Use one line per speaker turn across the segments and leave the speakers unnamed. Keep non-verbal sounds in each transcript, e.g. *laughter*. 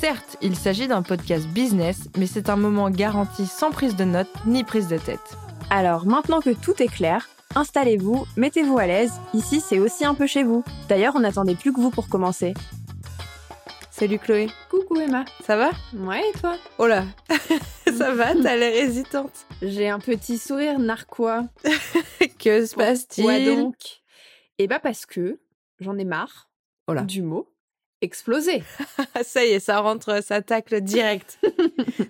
Certes, il s'agit d'un podcast business, mais c'est un moment garanti sans prise de notes ni prise de tête.
Alors maintenant que tout est clair, installez-vous, mettez-vous à l'aise, ici c'est aussi un peu chez vous. D'ailleurs, on n'attendait plus que vous pour commencer.
Salut Chloé,
Coucou Emma.
ça va
Ouais, et toi
Oh là *laughs* Ça va, t'as l'air hésitante.
J'ai un petit sourire narquois.
Que se passe-t-il
Quoi donc Eh bah parce que j'en ai marre
Oh là.
du mot exploser.
Ah, Ça y est, ça rentre, ça tacle *laughs* direct.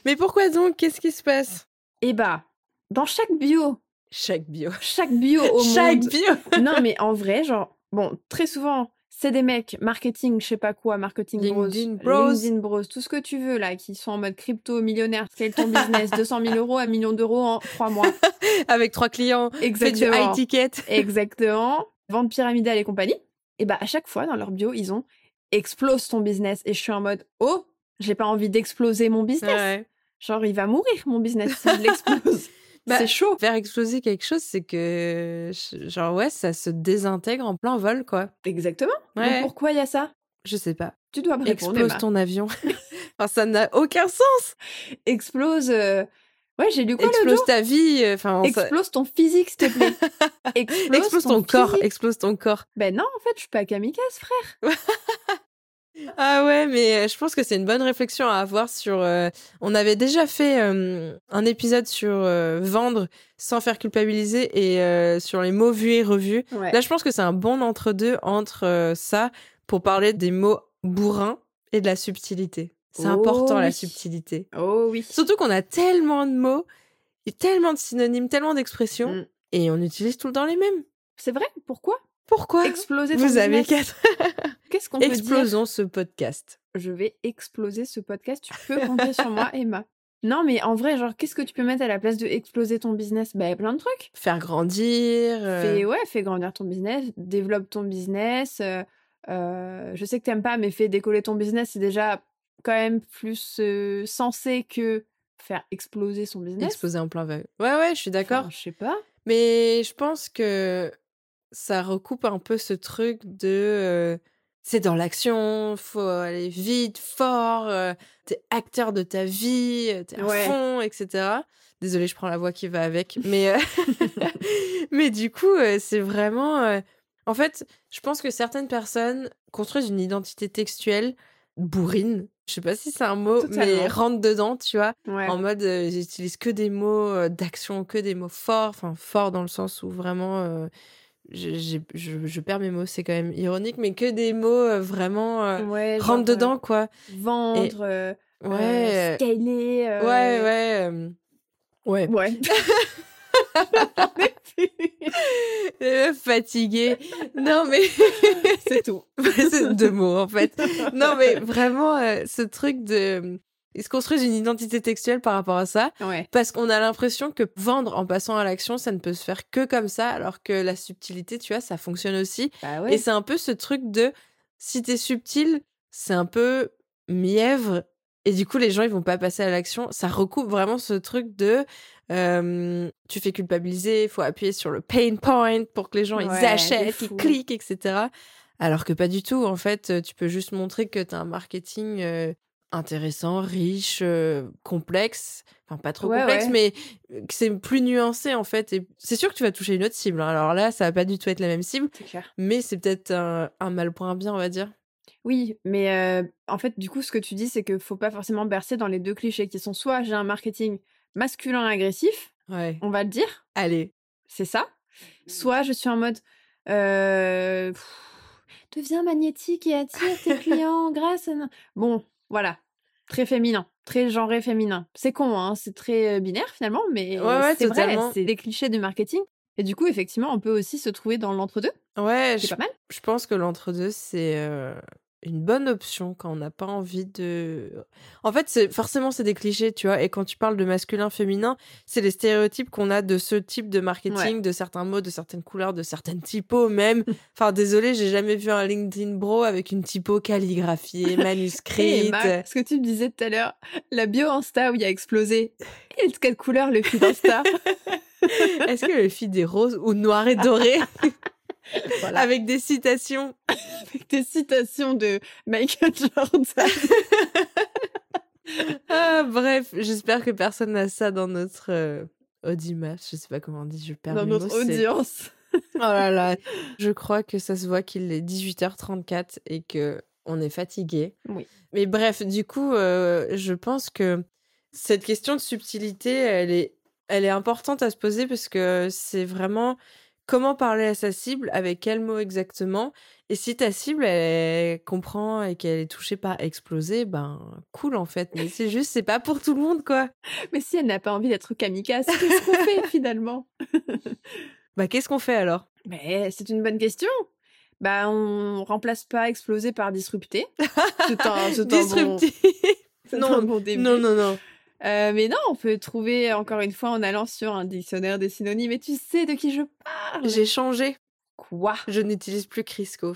mais pourquoi donc Qu'est-ce qui se passe
Eh bah, dans chaque bio,
Chaque bio.
chaque bio au
Chaque
monde.
bio
*laughs* non mais en vrai, genre, bon, très souvent, c'est des mecs marketing, je sais pas quoi, marketing bros,
LinkedIn bros.
LinkedIn bros, tout ce que tu veux là, qui sont en mode crypto millionnaire, scale
*laughs*
ton business, 200 000 euros, 1 million d'euros en 3 mois.
Avec trois clients, fait du high *laughs*
Exactement.
ticket.
Exactement. Vente pyramidale et compagnie. Et bah à chaque fois dans leur bio, ils ont explose ton business et je suis en mode oh, j'ai pas envie d'exploser mon business.
Ouais.
Genre il va mourir mon business
*laughs*
si je l'explose.
Bah,
c'est chaud.
Faire exploser quelque chose, c'est que genre ouais, ça se désintègre en plein vol quoi.
Exactement. Donc,
Ouais.
pourquoi il y a ça
Je sais pas.
Tu dois me répondre. eh ben.
Explose
Emma.
ton
*laughs*
avion. Enfin, ça n'a aucun sens.
Explose. euh, Ouais, j'ai lu quoi le
Explose
dos
ta vie. euh, Enfin, on s'a-
Explose ton physique, s'il te
*laughs*
plaît. Explose,
explose ton corps.
physique.
Explose ton corps.
Ben non, en fait, je suis pas kamikaze, frère.
Ah ouais, mais euh, je pense que c'est une bonne réflexion à avoir sur. euh, on avait déjà fait euh, un épisode sur euh, vendre sans faire culpabiliser et euh, sur les mots vus et revus.
Ouais.
Là, je pense que c'est un bon entre-deux entre euh, ça pour parler des mots bourrins et de la subtilité. C'est
Oh
important la
oui.
subtilité.
Oh oui.
Surtout qu'on a tellement de mots, et tellement de synonymes, tellement d'expressions
Mm.
et on utilise tout le temps les mêmes.
C'est vrai
*laughs*
Pourquoi
Pourquoi
Exploser ton
Vous avez
business.
quatre. *laughs*
Qu'est-ce qu'on peut dire
Explosons ce podcast.
je vais exploser ce podcast. Tu peux compter sur moi, Emma. Non, mais en vrai, genre, qu'est-ce que tu peux mettre à la place de exploser ton business Bah, plein de trucs.
Faire grandir. euh,
Fais, ouais, fais grandir ton business, développe ton business. euh, euh, je sais que t'aimes pas, mais fais décoller ton business, c'est déjà quand même plus euh, sensé que faire exploser son business.
Exposé en plein vol. Ouais, ouais, je suis d'accord.
Enfin, je sais pas.
Mais je pense que ça recoupe un peu ce truc de. euh, c'est dans l'action, faut aller vite, fort, euh, t'es acteur de ta vie, euh, t'es à
Ouais.
fond, etc. Désolée, je prends la voix qui va avec. Mais, euh, *laughs* mais du coup, euh, c'est vraiment. euh, En fait, je pense que certaines personnes construisent une identité textuelle bourrine. Je sais pas si c'est un mot, mais
Totalement.
rentre dedans, tu vois
Ouais.
en mode euh, j'utilise que des mots euh, d'action, que des mots forts, enfin forts dans le sens où vraiment euh, je, j'ai- je- je perds mes mots, c'est quand même ironique, mais que des mots euh, vraiment euh,
Ouais, genre,
rentre dedans quoi.
euh, vendre, euh, euh,
Ouais,
scaler. euh,
ouais, ouais. euh, Ouais,
Ouais.
*laughs*
*laughs*
Les meufs fatiguées. Non, mais *laughs*
c'est tout.
c'est deux mots en fait. Non, mais vraiment, euh, ce truc de. Ils se construisent une identité textuelle par rapport à ça.
*laughs* Ouais.
Parce qu'on a l'impression que vendre en passant à l'action, ça ne peut se faire que comme ça, alors que la subtilité, tu vois, ça fonctionne aussi.
Bah ouais.
Et c'est un peu ce truc de si t'es subtil, c'est un peu mièvre. Et du coup, les gens, ils vont pas passer à l'action. Ça recoupe vraiment ce truc de euh, tu fais culpabiliser, il faut appuyer sur le pain point pour que les gens
Ouais,
ils
de
achètent,
fou.
ils cliquent, etc. Alors que pas du tout. En fait, euh, tu peux juste montrer que t'as un marketing euh, intéressant, riche, euh, complexe. Enfin, pas trop
Ouais,
complexe,
ouais.
mais euh, que c'est plus nuancé en fait. Et c'est sûr que tu vas toucher une autre cible. hein. Alors là, ça va pas du tout être la même cible.
C'est clair.
Mais c'est peut-être un, un mal pour un bien, on va dire.
Oui, mais euh, en fait, du coup, ce que tu dis, c'est que faut pas forcément bercer dans les deux clichés qui sont soit j'ai un marketing masculin agressif,
Ouais.
on va le dire,
Allez.
c'est ça, soit je suis en mode euh, pff, deviens magnétique et attire
*laughs*
tes clients grâce à... Bon, voilà, très féminin, très genré féminin. C'est con, hein, c'est très euh, binaire finalement, mais
Ouais, ouais,
c'est vrai,
totalement.
c'est des clichés du marketing. Et du coup, effectivement, on peut aussi se trouver dans l'entre-deux,
Ouais,
c'est
je,
pas mal.
je pense que l'entre-deux, c'est euh, une bonne option quand on n'a pas envie de. En fait, c'est forcément, c'est des clichés, tu vois. Et quand tu parles de masculin, féminin, c'est les stéréotypes qu'on a de ce type de marketing, de certains mots, de certaines couleurs, de certaines typos, même. enfin, désolé, j'ai jamais vu un LinkedIn bro avec une typo calligraphiée,
Et
manuscrite.
Marc, Eh, ce que tu me disais tout à l'heure, la bio Insta où il y a explosé. Et de quelle couleur le feed Insta
Est-ce que le feed est rose ou noir et doré
*laughs* Voilà.
avec des citations
Avec des citations de Michael *laughs* Jordan.
Ah, bref, j'espère que personne n'a ça dans notre euh, audimat. Je sais pas comment on dit, je perds
dans
mes
notre
mots, c'est-
audience.
Oh là là. Je crois que ça se voit qu'il est 18h34 et que on est fatigué.
Oui.
Mais bref, du coup, euh, je pense que cette question de subtilité, elle est, elle est importante à se poser parce que c'est vraiment comment parler à sa cible, avec quel mot exactement. Et si ta cible, elle comprend et qu'elle est touchée par exploser, ben cool en fait. Mais c'est juste, c'est pas pour tout le monde quoi.
Mais si elle n'a pas envie d'être kamikaze, qu'est-ce *laughs* qu'on fait finalement
Bah qu'est-ce qu'on fait alors
Mais c'est une bonne question. Bah, on remplace pas exploser par *laughs* disrupter. C'est un, c'est un Bah, bon-
Disruptif
c'est un
Non,
bon début.
Non, non, non.
Euh, mais non, on peut trouver encore une fois en allant sur un dictionnaire des synonymes. Et tu sais de qui je parle
J'ai changé.
Quoi
Je n'utilise plus Crisco.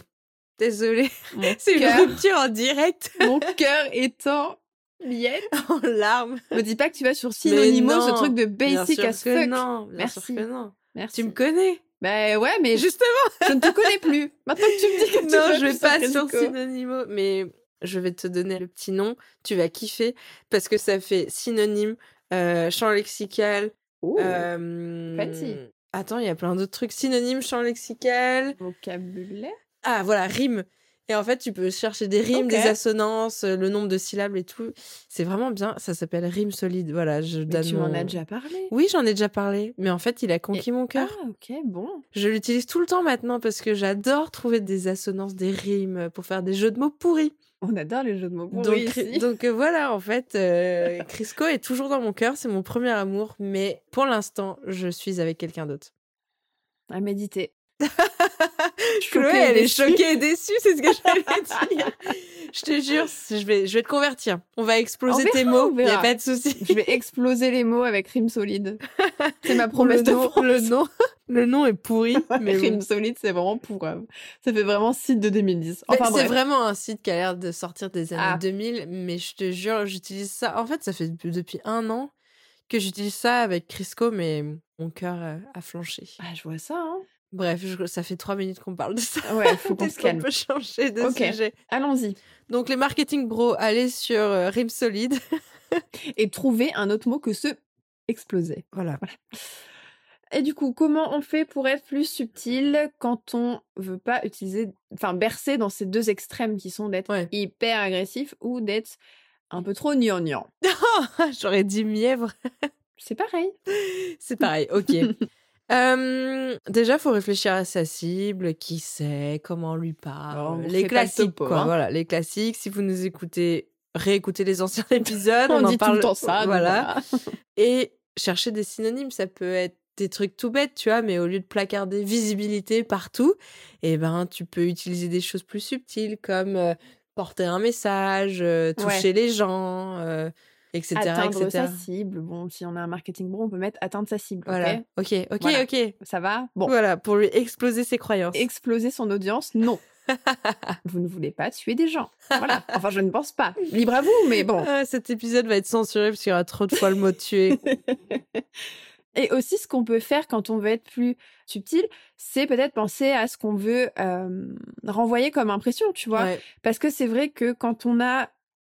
Désolée, *laughs*
Mon
c'est une
cœur,
rupture en direct, *laughs*
mon cœur étant liette.
en larmes.
Me dis pas que tu vas sur Synonymo,
non,
ce truc de
Bien
basic
sûr
as
que
fuck.
non, bien sûr
Merci.
que non.
Merci.
Tu me connais
Bah ouais, mais je,
Justement,
*laughs* je ne te connais plus. Maintenant que tu me dis que *laughs* tu vas
non, je
plus
vais pas
San
sur
Francisco.
Synonymo, mais je vais te donner le petit nom. Tu vas kiffer parce que ça fait synonyme, euh, champ lexical.
Oh,
euh,
fancy.
Attends, il y a plein d'autres trucs. Synonyme, champ lexical.
vocabulaire.
Ah, voilà, rime. Et en fait, tu peux chercher des rimes,
Ok.
des assonances, euh, le nombre de syllabes et tout. C'est vraiment bien. Ça s'appelle rime solide. Voilà, je
Mais
donne.
tu m'en
mon-
as déjà parlé.
Oui, j'en ai déjà parlé. Mais en fait, il a conquis mon
Ah,
cœur.
ok, bon.
Je l'utilise tout le temps maintenant parce que j'adore trouver des assonances, des rimes euh, pour faire des jeux de mots pourris.
On adore les jeux de mots
donc,
pourris ici.
donc euh, voilà, en fait,
*laughs*
euh, Crisco est toujours dans mon cœur. C'est mon premier amour. Mais pour l'instant, je suis avec quelqu'un d'autre.
À méditer.
*laughs* Chloé, elle est
déçue.
choquée et déçue, c'est ce que
*laughs*
j'allais dire. Je te jure, je vais, je vais te convertir. On va exploser
On
tes mots,
on
il n'y
verra.
a pas de souci.
Je vais exploser les mots avec rime solide.
*laughs*
C'est ma promesse de
nom, le, nom, le nom est
*laughs*
pourri, mais bon.
Rime solide, c'est vraiment pour. euh, Ça fait vraiment site de 2010.
Mais
Enfin,
c'est
bref.
vraiment un site qui a l'air de sortir des années
Ah.
2000, mais je te jure, j'utilise ça. En fait, ça fait depuis depuis un an que j'utilise ça avec Crisco, mais mon cœur euh, a flanché.
Ah, je vois ça, hein.
Bref, je- ça fait trois minutes qu'on parle de ça.
Ah Ouais,
*laughs*
faut qu'on
Peut-être
se calme.
peut changer de
Ok.
sujet.
Allons-y.
Donc, les marketing bros, allez sur euh, Rime Solide.
Et trouver un autre mot que ce exploser.
Voilà.
Et du coup, comment on fait pour être plus subtil quand on veut pas utiliser, enfin, bercer dans ces deux extrêmes qui sont d'être
Ouais.
hyper agressif ou d'être un peu trop gnangnan
*laughs* J'aurais dit mièvre.
C'est pareil.
C'est pareil, ok.
*laughs*
Euh, déjà, faut réfléchir à sa cible, qui c'est, comment on lui
Oh,
parle,
on
les
fait pas le
classiques,
topo,
quoi.
hein.
Voilà, les classiques. Si vous nous écoutez, réécoutez les anciens *laughs* épisodes.
*laughs* On,
Ah bah, en
dit tout
parle-
le temps ça. donc
Voilà. Et chercher des synonymes, ça peut être des trucs tout bêtes, tu vois, mais au lieu de placarder visibilité partout, eh ben, tu peux utiliser des choses plus subtiles comme euh, porter un message, euh, toucher les gens, euh, etc.,
Atteindre
etc.
sa cible. Bon, si on a un marketing bon, on peut mettre atteindre sa cible.
Voilà.
ok
Ok, ok,
Voilà.
ok.
ça va Bon.
Voilà, pour lui exploser ses croyances.
Exploser son audience Non. vous ne voulez pas tuer des gens. Voilà. Enfin, je ne pense pas. Libre à vous, mais bon.
Ah, cet épisode va être censuré parce qu'il y aura trop de fois le mot *laughs* tuer.
*laughs* Et aussi, ce qu'on peut faire quand on veut être plus subtil, c'est peut-être penser à ce qu'on veut euh, renvoyer comme impression, tu vois.
Ouais.
Parce que c'est vrai que quand on a...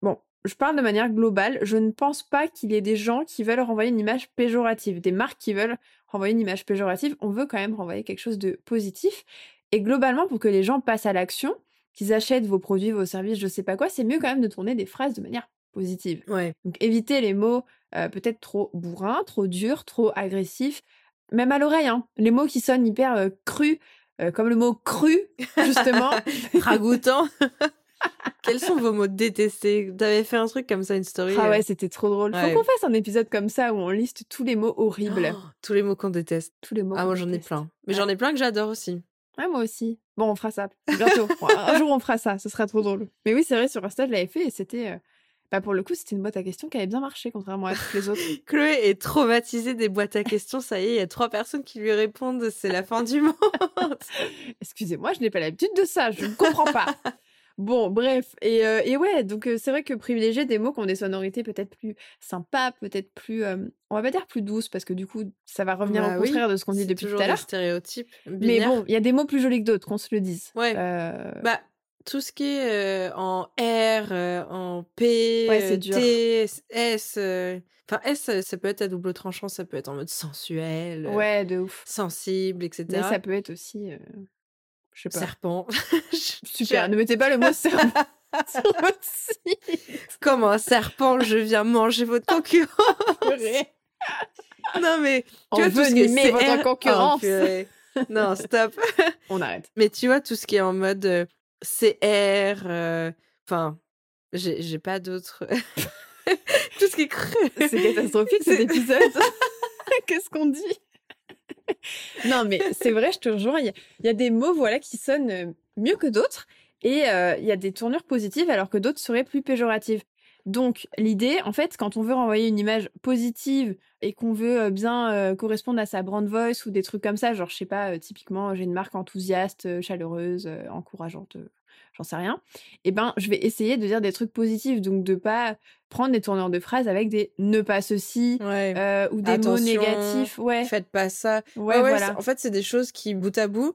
Bon, je parle de manière globale, je ne pense pas qu'il y ait des gens qui veulent renvoyer une image péjorative, des marques qui veulent renvoyer une image péjorative, on veut quand même renvoyer quelque chose de positif. Et globalement, pour que les gens passent à l'action, qu'ils achètent vos produits, vos services, je sais pas quoi, c'est mieux quand même de tourner des phrases de manière positive.
Ouais.
Donc évitez les mots euh, peut-être trop bourrins, trop durs, trop agressifs, même à l'oreille. hein. Les mots qui sonnent hyper euh, crus, euh, comme le mot cru,
*laughs*
justement.
*laughs* Ragoûtant. *laughs* Quels sont vos mots détestés T'avais fait un truc comme ça, une story.
ah
euh,
ouais, c'était trop drôle. Faut
Ouais.
qu'on fasse un épisode comme ça où on liste tous les mots horribles.
oh, *gasps* tous les mots qu'on déteste.
tous les mots.
Ah,
qu'on
moi j'en ai
déteste.
plein. Mais
Ouais.
j'en ai plein que j'adore aussi.
Ouais, moi aussi. Bon, on fera ça
*laughs*
bientôt. Bon, un jour, on fera ça. Ce sera trop drôle. Mais oui, c'est vrai, sur Insta, je l'avais fait et c'était. euh, Bah, pour le coup, c'était une boîte à questions qui avait bien marché, contrairement à toutes les autres.
Chloé est traumatisée des boîtes à questions. Ça y est, il y a trois personnes qui lui répondent. C'est la fin du monde.
Excusez-moi, je n'ai pas l'habitude de ça. Je ne
*laughs*
comprends pas. Bon, bref. Et, euh, et ouais, donc euh, c'est vrai que privilégier des mots qui ont des sonorités peut-être plus sympas, peut-être plus. euh, on va pas dire plus douces, parce que du coup, ça va revenir
Bah
au
oui,
contraire de ce qu'on dit
C'est
depuis tout
toujours
à
des
l'heure.
stéréotypes.
Mais
binaires.
bon, il y a des mots plus jolis que d'autres, qu'on se le dise.
Ouais.
Euh,
Bah, tout ce qui est euh, en R, euh, en P,
Ouais, c'est
euh,
dur.
T, S. S, euh, Enfin, S, euh, ça peut être à double tranchant, ça peut être en mode sensuel, euh,
ouais, de ouf.
sensible, etc.
Mais ça peut être aussi. euh, je sais pas. *laughs*
Serpent. *laughs*
Super, ne mettez pas le mot *laughs* serpent sur votre *laughs* site.
Comme un serpent, je viens manger votre
Ah,
concurrent. non, mais tu vois, tout ce qui est
Envenimez votre
CR, oh,
concurrence.
purée. non, stop.
On arrête.
Mais tu vois, tout ce qui est en mode euh, CR, euh, enfin, j'ai j'ai pas
*laughs*
d'autres. *laughs* tout ce qui est creux.
C'est catastrophique cet
C'est-
épisode. *laughs* Qu'est-ce qu'on dit Non, mais c'est vrai, je te rejoins. Il y, a- il y a des mots voilà, qui sonnent euh, mieux que d'autres et euh, il y a des tournures positives alors que d'autres seraient plus péjoratives. Donc, l'idée, en fait, quand on veut renvoyer une image positive et qu'on veut euh, bien euh, correspondre à sa brand voice ou des trucs comme ça, genre, je sais pas, euh, typiquement, j'ai une marque enthousiaste, euh, chaleureuse, euh, encourageante, euh, j'en sais rien, eh ben, je vais essayer de dire des trucs positifs, donc de pas prendre des tournures de phrases avec des ne pas ceci
Ouais.
euh, ou des mots
Attention.
négatifs. Ouais,
Faites pas ça.
ouais,
Ouais, ouais,
voilà.
c'est- En fait, c'est des choses qui, bout à bout,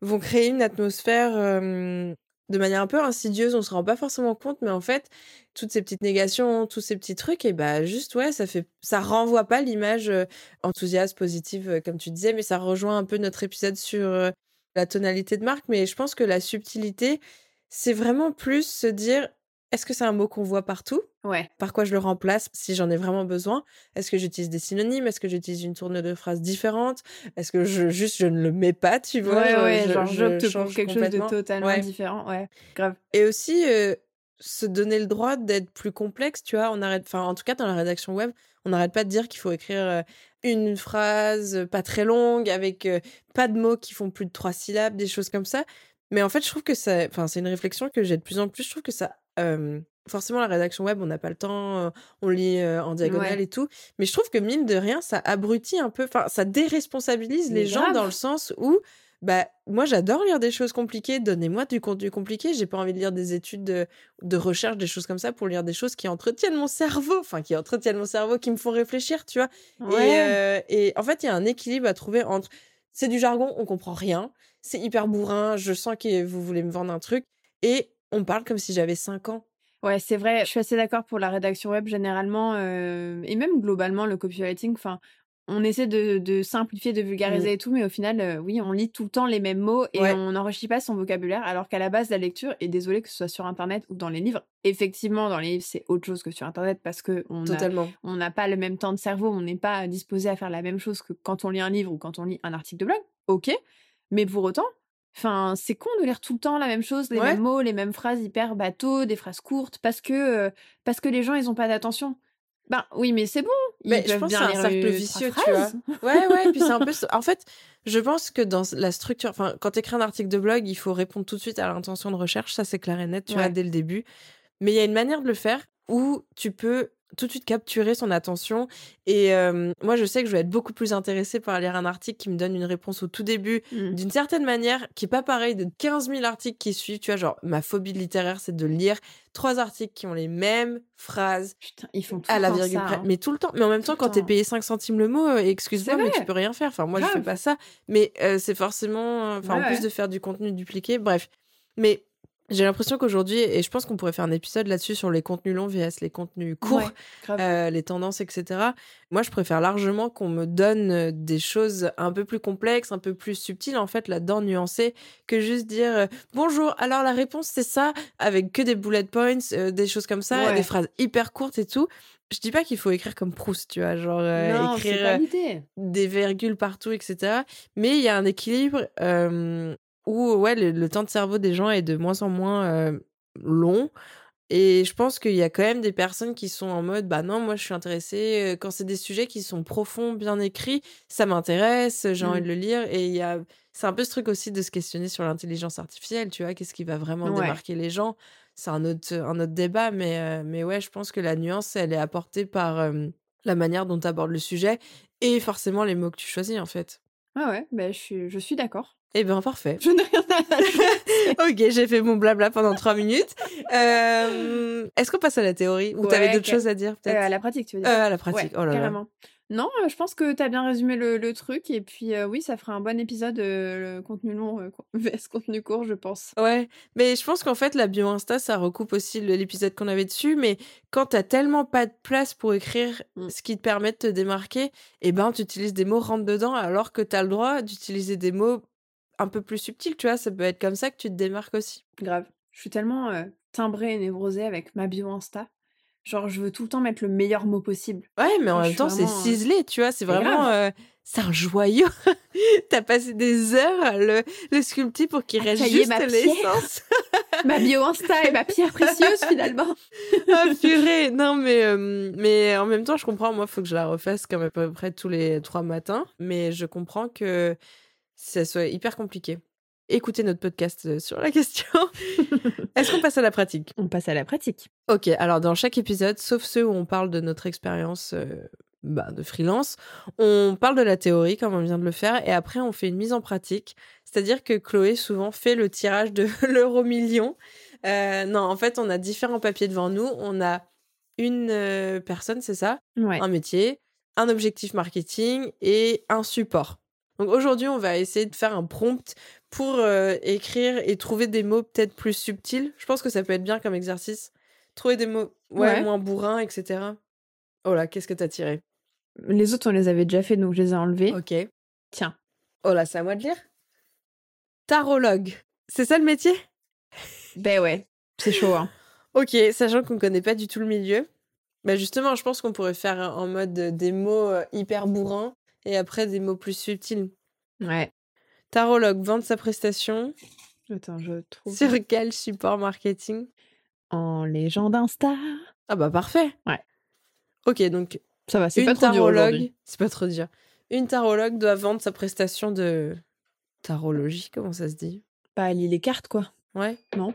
vont créer une atmosphère euh, de manière un peu insidieuse. On se rend pas forcément compte, mais en fait, toutes ces petites négations, tous ces petits trucs, et bah juste, ouais, ça fait, ça renvoie pas l'image euh, enthousiaste, positive, euh, comme tu disais, mais ça rejoint un peu notre épisode sur euh, la tonalité de marque. Mais je pense que la subtilité, c'est vraiment plus se dire, est-ce que c'est un mot qu'on voit partout
Ouais,
par quoi je le remplace si j'en ai vraiment besoin Est-ce que j'utilise des synonymes Est-ce que j'utilise une tournure de phrase différente Est-ce que je, juste je ne le mets pas, tu
ouais,
vois
ouais,
je-
genre
je
j'opte pour
change
quelque chose de
complètement.
totalement
Ouais.
différent. Ouais, grave.
Et aussi euh, se donner le droit d'être plus complexe, tu vois. On arrête, enfin en tout cas dans la rédaction web, on n'arrête pas de dire qu'il faut écrire euh, une phrase pas très longue avec euh, pas de mots qui font plus de trois syllabes, des choses comme ça. Mais en fait, je trouve que ça, enfin c'est une réflexion que j'ai de plus en plus. Je trouve que ça, euh, forcément la rédaction web, on n'a pas le temps, euh, on lit euh, en diagonale
Ouais.
et tout. Mais je trouve que mine de rien, ça abrutit un peu, enfin ça déresponsabilise
Mais
les gens
grave.
dans le sens où bah, moi, j'adore lire des choses compliquées. Donnez-moi du contenu compliqué. J'ai pas envie de lire des études de, de recherche, des choses comme ça, pour lire des choses qui entretiennent mon cerveau, enfin, qui entretiennent mon cerveau, qui me font réfléchir, tu vois. Et,
Ouais,
euh, et en fait, il y a un équilibre à trouver entre c'est du jargon, on comprend rien, c'est hyper bourrin, je sens que vous voulez me vendre un truc, et on parle comme si j'avais 5 ans.
ouais c'est vrai. Je suis assez d'accord pour la rédaction web généralement euh, et même globalement le copywriting. Enfin, on essaie de, de simplifier, de vulgariser et tout, mais au final, euh, oui, on lit tout le temps les mêmes mots et
Ouais.
on n'enrichit pas son vocabulaire. Alors qu'à la base, la lecture, et désolé que ce soit sur Internet ou dans les livres, effectivement, dans les livres, c'est autre chose que sur Internet parce que on a
Totalement.
on n'a pas le même temps de cerveau, on n'est pas disposé à faire la même chose que quand on lit un livre ou quand on lit un article de blog. Ok, mais pour autant, enfin, c'est con de lire tout le temps la même chose, les
Ouais.
mêmes mots, les mêmes phrases hyper bateaux, des phrases courtes, parce que euh, parce que les gens ils ont pas d'attention. Ben oui, mais c'est bon. Ils
Mais je
peuvent
pense
bien
que c'est un
lire,
cercle
euh,
vicieux,
trois
tu vois.
phrases.
Ouais, ouais, puis c'est un peu. ce- En fait, je pense que dans la structure, enfin, quand tu écris un article de blog, il faut répondre tout de suite à l'intention de recherche, ça c'est clair et net, tu
Ouais.
vois, dès le début. Mais il y a une manière de le faire où tu peux tout de suite capturer son attention. Et euh, moi, je sais que je vais être beaucoup plus intéressée par lire un article qui me donne une réponse au tout début,
Mm.
d'une certaine manière, qui est pas pareil de 15 000 articles qui suivent. Tu vois, genre, ma phobie littéraire, c'est de lire trois articles qui ont les mêmes phrases
Putain, ils font tout
à la
le temps
virgule
ça,
près.
hein.
Mais tout le temps. Mais en même
Tout
temps,
le
quand t'es
temps.
payé 5 centimes le mot, euh, excuse-moi,
C'est
mais tu
vrai.
peux rien faire. Enfin, moi, je
Grave.
fais pas ça. Mais euh, c'est forcément. euh, Enfin,
Ouais,
en plus
ouais.
de faire du contenu dupliqué, bref. Mais J'ai l'impression qu'aujourd'hui, et je pense qu'on pourrait faire un épisode là-dessus sur les contenus longs vs les contenus courts,
Ouais, grave.
euh, les tendances, etc. Moi, je préfère largement qu'on me donne euh, des choses un peu plus complexes, un peu plus subtiles, en fait, là-dedans, nuancées, que juste dire euh, bonjour, alors la réponse, c'est ça, avec que des bullet points, euh, des choses comme ça,
Ouais.
des phrases hyper courtes et tout. Je dis pas qu'il faut écrire comme Proust, tu vois, genre euh,
non, c'est
écrire
pas
euh,
l'idée.
des virgules partout, etc. Mais il y a un équilibre euh, où ouais, le, le temps de cerveau des gens est de moins en moins euh, long. Et je pense qu'il y a quand même des personnes qui sont en mode bah non, moi je suis intéressée. euh, Quand c'est des sujets qui sont profonds, bien écrits, ça m'intéresse, j'ai
Mm.
envie de le lire. Et il y a. C'est un peu ce truc aussi de se questionner sur l'intelligence artificielle, tu vois, qu'est-ce qui va vraiment
Ouais.
démarquer les gens. C'est un autre, un autre débat, mais, euh, mais ouais, je pense que la nuance, elle est apportée par euh, la manière dont tu abordes le sujet et forcément les mots que tu choisis, en fait.
Ah ouais, bah, je suis, je suis d'accord. *laughs*
Eh ben, parfait. *laughs*
Je n'ai rien à ajouter.
ok, j'ai fait mon blabla pendant trois minutes. Euh, Est-ce qu'on passe à la théorie Ou t'avais
Ouais,
d'autres
ca-
choses à dire, peut-être
Euh, à la pratique, tu veux dire
Euh, à la pratique,
Ouais,
oh là là.
carrément. Non, euh, je pense que tu as bien résumé le, le truc. Et puis, euh, oui, ça fera un bon épisode, euh, le contenu long euh, co- *laughs* vs contenu court, je pense.
Ouais, mais je pense qu'en fait, la bio Insta, ça recoupe aussi le- l'épisode qu'on avait dessus. Mais quand t'as tellement pas de place pour écrire
Mm.
ce qui te permet de te démarquer, eh ben, tu utilises des mots rentre-dedans alors que t'as le droit d'utiliser des mots un peu plus subtils, tu vois. Ça peut être comme ça que tu te démarques aussi.
Grave. Je suis tellement euh, timbrée et névrosée avec ma bio Insta. Genre, je veux tout le temps mettre le meilleur mot *laughs* possible.
Ouais, mais en
Moi, je
même
suis
temps, c'est
vraiment, euh,
ciselé, tu vois. C'est
c'est
vraiment. euh, c'est un joyau. *laughs* T'as passé des heures à le, le sculpter pour qu'il
À
reste
tailler
juste
ma pierre.
*laughs* l'essence.
ma bio Insta et ma pierre précieuse, finalement.
*laughs* Ah purée, non mais euh, mais en même temps je comprends moi faut que je la refasse comme à peu près tous les trois matins mais je comprends que ça soit hyper compliqué. Écoutez notre podcast euh, sur la question. Est-ce qu'on passe à la pratique
On passe à la pratique.
Ok, alors dans chaque épisode, sauf ceux où on parle de notre expérience euh, bah, de freelance, on parle de la théorie comme on vient de le faire et après on fait une mise en pratique. C'est-à-dire que Chloé souvent fait le tirage de *laughs* l'euro million. Euh, non, en fait, on a différents papiers devant nous. On a une euh, personne, c'est ça
Ouais.
un métier, un objectif marketing et un support. Donc aujourd'hui, on va essayer de faire un prompt pour euh, écrire et trouver des mots peut-être plus subtils. Je pense que ça peut être bien comme exercice. Trouver des mots ouais,
Ouais.
moins bourrins, etc. Oh là, qu'est-ce que t'as tiré
Les autres, on les avait déjà fait, donc je les ai enlevés.
Ok.
Tiens.
Oh là, c'est à moi de lire. Tarologue. C'est ça le métier
Ben ouais, c'est chaud. Hein.
Ok, sachant qu'on ne connaît pas du tout le milieu. Bah justement, je pense qu'on pourrait faire en mode euh, des mots euh, hyper bourrins et après des mots plus subtils.
Ouais.
Tarologue vend sa prestation
Attends, je trouve.
sur quel support marketing
En légende Insta.
Ah bah parfait.
Ouais.
Ok, donc
Ça va, c'est
une
pas trop dur aujourd'hui.
tarologue, c'est pas trop dur. Une tarologue doit vendre sa prestation de tarologie, comment ça se dit
Pas aller Bah, les cartes, quoi.
Ouais.
J'en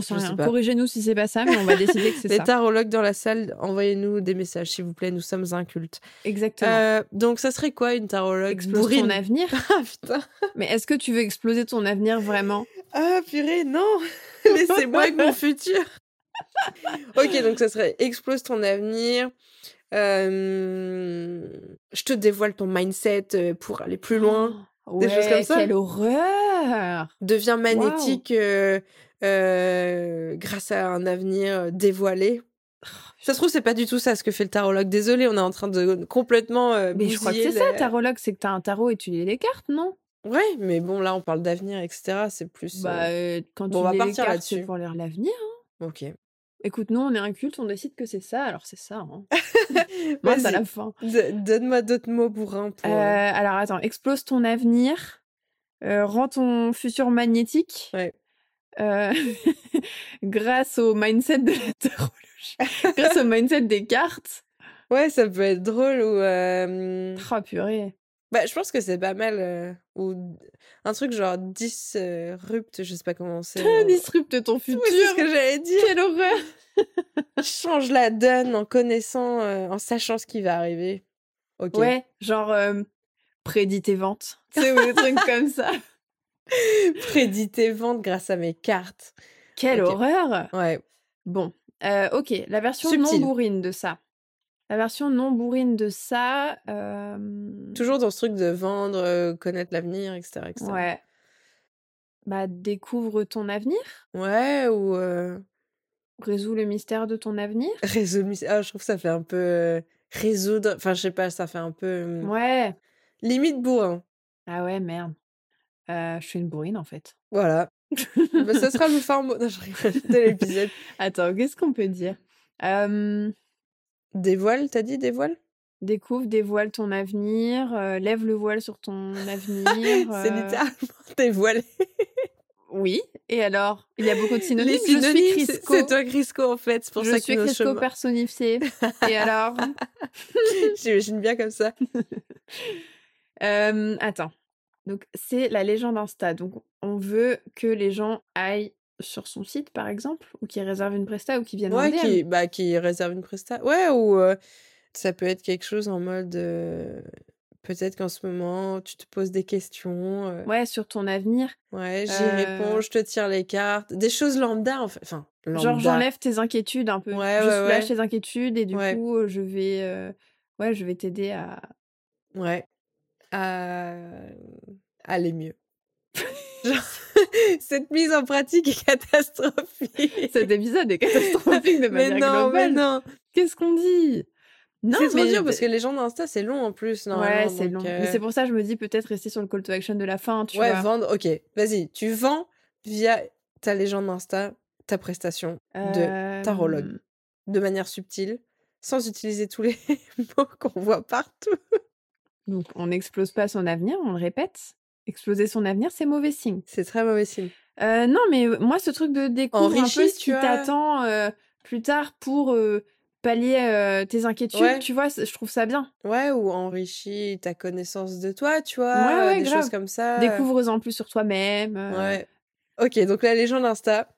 sais
Je sais
rien.
pas.
Corrigez-nous si c'est pas ça, mais on va décider *laughs* que c'est
Les
ça.
tarologues dans la salle, envoyez-nous des messages s'il vous plaît, nous sommes incultes.
Exactement.
Euh, donc ça serait quoi une tarologue
Explose
bourrine
ton *laughs* avenir.
*laughs* Ah putain.
Mais est-ce que tu veux exploser ton avenir vraiment
Ah purée, non *laughs* Laissez-moi avec mon futur Ok, donc ça serait explose ton avenir, euh, je te dévoile ton mindset euh, pour aller plus loin,
Oh,
Des
ouais,
choses comme ça.
Quelle horreur
deviens magnétique euh, euh, grâce à un avenir euh, dévoilé.
Oh,
Ça se trouve, c'est pas du tout ça ce que fait le tarologue. Désolé, on est en train de complètement. euh,
Mais je crois que
bousiller
c'est ça,
la-
tarologue, c'est que t'as un tarot et tu lis les cartes, non
Ouais, mais bon, là, on parle d'avenir, etc. C'est plus.
Bah, euh, quand
Bon, on
tu
va
lis les
partir
cartes,
là-dessus.
c'est pour lire l'avenir. Bah,
euh, Ok.
Écoute, nous, on est un culte, on décide que c'est ça, alors c'est *laughs* ça. Hein. Mince, à
Vas-y.
la fin.
D- Donne-moi d'autres mots bourrins pour.
Euh, alors attends, explose ton avenir, euh, rends ton futur magnétique.
Ouais.
euh, *laughs* grâce au mindset de la *laughs* tarologie, grâce au mindset des cartes.
Ouais, ça peut être drôle ou. euh,
Oh purée.
Bah, je pense que c'est pas mal. euh, Ou un truc genre disrupte, je sais pas comment c'est. en-
Disrupte ton futur.
Oui, c'est ce que j'allais dire.
*laughs* Quelle horreur.
Change la donne en connaissant, euh, en sachant ce qui va arriver. Ok. *laughs*
Ouais, genre euh, prédit tes ventes. Tu sais, ou des *laughs* trucs comme ça.
Prédit tes ventes grâce à mes cartes.
Quelle
Ok.
horreur.
Ouais.
Bon, euh, ok, la version
Subtil.
non bourrine de ça. La version non bourrine de ça. euh,
Toujours dans ce truc de vendre, euh, connaître l'avenir, etc. etc.
Ouais. Bah, découvre ton avenir,
Ouais, ou euh,
résous le mystère de ton avenir.
résoudre. mis- Ah, je trouve que ça fait un peu. euh, résoudre. Enfin, je sais pas, ça fait un peu. euh,
Ouais.
Limite bourrin.
Ah ouais, merde. Euh, je suis une bourrine en fait.
Voilà. Bah, ça sera le fin mot non, je *laughs* rigole, de l'épisode.
Attends, qu'est-ce qu'on peut dire Euh,
Dévoile, t'as dit dévoile
Découvre, dévoile ton avenir, euh, lève le voile sur ton avenir.
*laughs* C'est
euh,
littéralement *laughs* dévoilé.
Oui. Et alors, il y a beaucoup de synonymes.
Les
je suis
synonymes, c'est-
Crisco.
c'est toi Crisco en fait. C'est pour
je
ça
suis
que nos
Crisco
chemins-
personnifié. Et alors
J'imagine bien comme ça.
Euh, Attends. Donc, c'est la légende Insta. Donc, on veut que les gens aillent sur son site, par exemple, ou qu'ils réservent une presta, ou qu'ils viennent en
Ouais,
DM.
qui, bah, qui réserve une presta. Ouais, ou euh, ça peut être quelque chose en mode. euh, Peut-être qu'en ce moment, tu te poses des questions. euh,
Ouais, sur ton avenir.
ouais, j'y
Euh.
réponds, je te tire les cartes. Des choses lambda, en fait. Enfin, lambda.
Genre, j'enlève tes inquiétudes un peu.
Ouais,
je
ouais,
soulage
ouais.
tes inquiétudes et du
Ouais.
coup, euh, je vais, euh, ouais, je vais t'aider à.
Ouais. Euh, Aller mieux. *laughs* Genre,
*laughs*
*laughs* cette mise en pratique est catastrophique.
Cet épisode est catastrophique *laughs*
*laughs*
de
mais
manière
non, mais
globale.
non.
Qu'est-ce qu'on dit Non,
C'est trop
mais-
dur parce que les gens d'Insta, c'est long en plus.
Ouais,
normalement,
c'est long.
donc,
Mais
euh,
c'est pour ça que je me dis peut-être rester sur le call to action de la fin, tu
ouais,
vois.
vendre, ok. Vas-y, tu vends via ta légende Insta, ta prestation, de,
Euh,
tarologue. de manière subtile, sans utiliser tous les *laughs* mots qu'on voit partout.
Donc, on n'explose pas son avenir, on le répète. Exploser son avenir, c'est mauvais signe.
C'est très mauvais signe.
Euh, non, mais moi, ce truc de découvrir un peu
Enrichis,
ce
tu
qui
vois.
t'attend euh, plus tard pour euh, pallier euh, tes inquiétudes,
Ouais.
tu vois, c'est- je trouve ça bien.
Ouais, ou enrichis ta connaissance de toi, tu vois,
Ouais, ouais,
des
grave.
choses comme ça.
Découvre-en plus sur toi-même. euh,
Ouais. Ok, donc la légende Insta.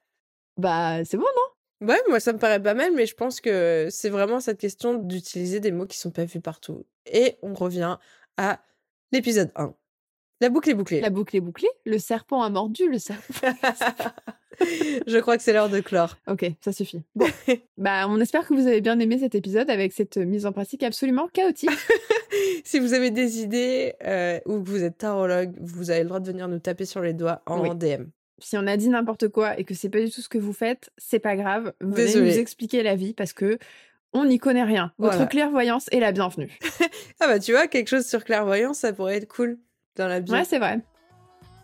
Bah, c'est bon, non
Ouais, moi ça me paraît pas mal, mais je pense que c'est vraiment cette question d'utiliser des mots qui sont pas vus partout. Et on revient à l'épisode 1. La boucle est bouclée.
La boucle est bouclée, le serpent a mordu, le serpent.
*laughs* je crois que c'est l'heure de clore.
*laughs* Ok, ça suffit.
*laughs*
Bon. bah, on espère que vous avez bien aimé cet épisode avec cette euh, mise en pratique absolument chaotique.
Si vous avez des idées euh, ou que vous êtes tarologue, vous avez le droit de venir nous taper sur les doigts en
Oui.
DM.
si on a dit n'importe quoi et que c'est pas du tout ce que vous faites, c'est pas grave. Venez
Désolée.
nous expliquer la vie parce que on n'y connaît rien. Votre
Voilà.
clairvoyance est la bienvenue.
Ah bah tu vois, quelque chose sur clairvoyance, ça pourrait être cool dans la bio.
Ouais, c'est vrai.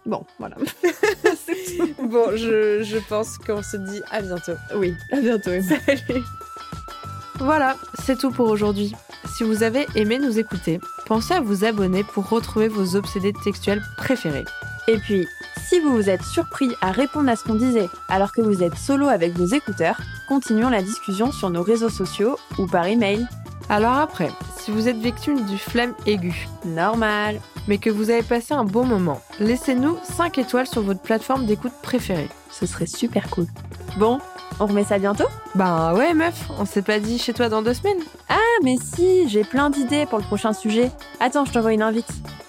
Bon,
*laughs*
voilà. *laughs* C'est tout.
bon, je, je pense qu'on se dit à bientôt.
Oui,
*laughs*
à bientôt. Emma.
Salut
Voilà, c'est tout pour aujourd'hui. Si vous avez aimé nous écouter, pensez à vous abonner pour retrouver vos obsédés textuels préférés.
Et puis, si vous vous êtes surpris à répondre à ce qu'on disait alors que vous êtes solo avec vos écouteurs, continuons la discussion sur nos réseaux sociaux ou par email.
Alors après, si vous êtes victime du flemme aigu,
Normal.
mais que vous avez passé un bon moment, laissez-nous 5 étoiles sur votre plateforme d'écoute préférée.
Ce serait super cool. Bon, on remet ça bientôt
Ben ouais meuf, on s'est pas dit chez toi dans deux semaines
Ah mais si, j'ai plein d'idées pour le prochain sujet. Attends, je t'envoie une invite.